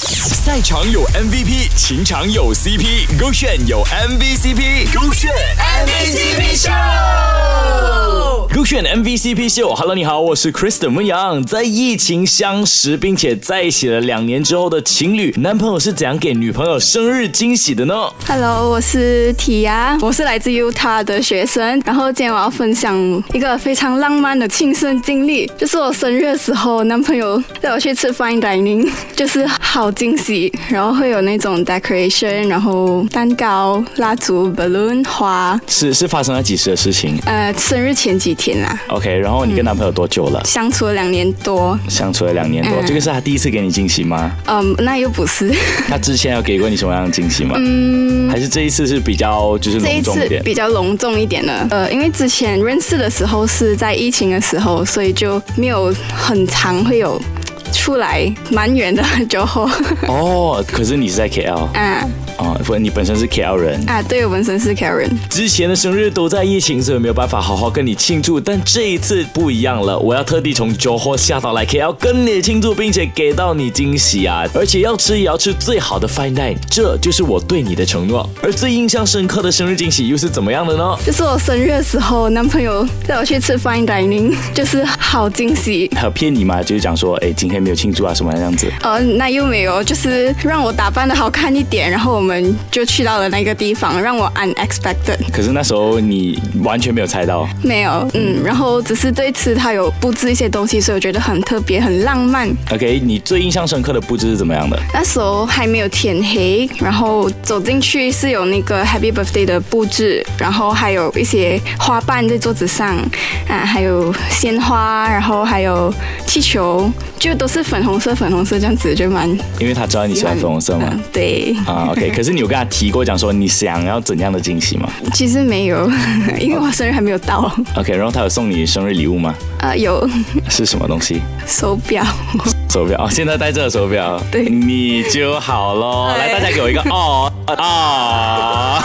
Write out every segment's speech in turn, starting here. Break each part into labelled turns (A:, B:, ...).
A: 赛场有 MVP，情场有 CP，勾选有 MVCp，勾选
B: MVCp 秀
A: 勾选 MVCp 秀，Hello，你好，我是 Kristen 温阳。在疫情相识并且在一起了两年之后的情侣，男朋友是怎样给女朋友生日惊喜的呢？
B: Hello，我是体雅，我是来自 Utah 的学生。然后今天我要分享一个非常浪漫的亲身经历，就是我生日的时候，男朋友带我去吃 fine dining，就是好惊喜。然后会有那种 decoration，然后蛋糕、蜡烛、balloon 花。
A: 是是发生了几时的事情
B: 呃，生日前几天啦，
A: ？OK，然后你跟男朋友多久了？
B: 相处了两年多，
A: 相处了两年多，
B: 嗯
A: 这个是他第一次给你惊喜吗？
B: 嗯，那又不是，
A: 他之前有给过你什么样的惊喜吗？嗯，还是这一次是比较就是
B: 这一
A: 隆重
B: 次
A: 一点。
B: 比较隆重一点的，呃，因为之前认识的时候是在疫情的时候，所以就没有很常会有出来蛮远的酒后。
A: 哦，可是你是在 KL
B: 啊
A: 哦，不，你本身是 KL 人。
B: 啊，对，纹身是 Karen。
A: 之前的生日都在疫情，所以没有办法好好跟你庆祝。但这一次不一样了，我要特地从 Johor 下到来 KL 跟你庆祝，并且给到你惊喜啊！而且要吃也要吃最好的 fine dine，这就是我对你的承诺。而最印象深刻的生日惊喜又是怎么样的呢？
B: 就是我生日的时候，男朋友带我去吃 fine dining，就是好惊喜。
A: 他有骗你吗？就是讲说，哎，今天没有庆祝啊，什么这样子？
B: 呃，那又没有，就是让我打扮的好看一点，然后我们就去到了那个地方，让我 unexpected。
A: 可是那时候你完全没有猜到。
B: 没有，嗯，然后只是这次他有布置一些东西，所以我觉得很特别，很浪漫。
A: OK，你最印象深刻的布置是怎么样的？
B: 那时候还没有天黑，然后走进去是有那个 Happy Birthday 的布置，然后还有一些花瓣在桌子上，啊，还有鲜花，然后还有气球，就都是粉红色，粉红色这样子，就蛮
A: 因为他知道你喜欢粉红色嘛
B: 嗯。对，
A: 啊，OK，可 是你有跟他提过讲说你想要怎样的惊喜吗
B: 其实没有， 因为我生日还没有到，
A: ？OK，然后他有送你生日礼物吗？
B: 啊，有
A: 是什么东西？
B: 手表，
A: 手表哦，现在戴这个手表，
B: 对
A: 你就好喽。
B: 哎
A: 来，大家给我一个哦 哦。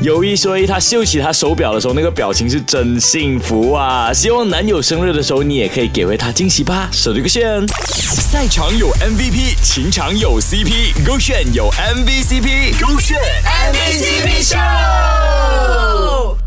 A: 有一说一，她秀起她手表的时候，那个表情是真幸福啊！希望男友生日的时候，你也可以给回他惊喜吧。手这个炫，赛场有 MVP，情场有 CP，勾选有 MVCp，勾选 MVCp 秀。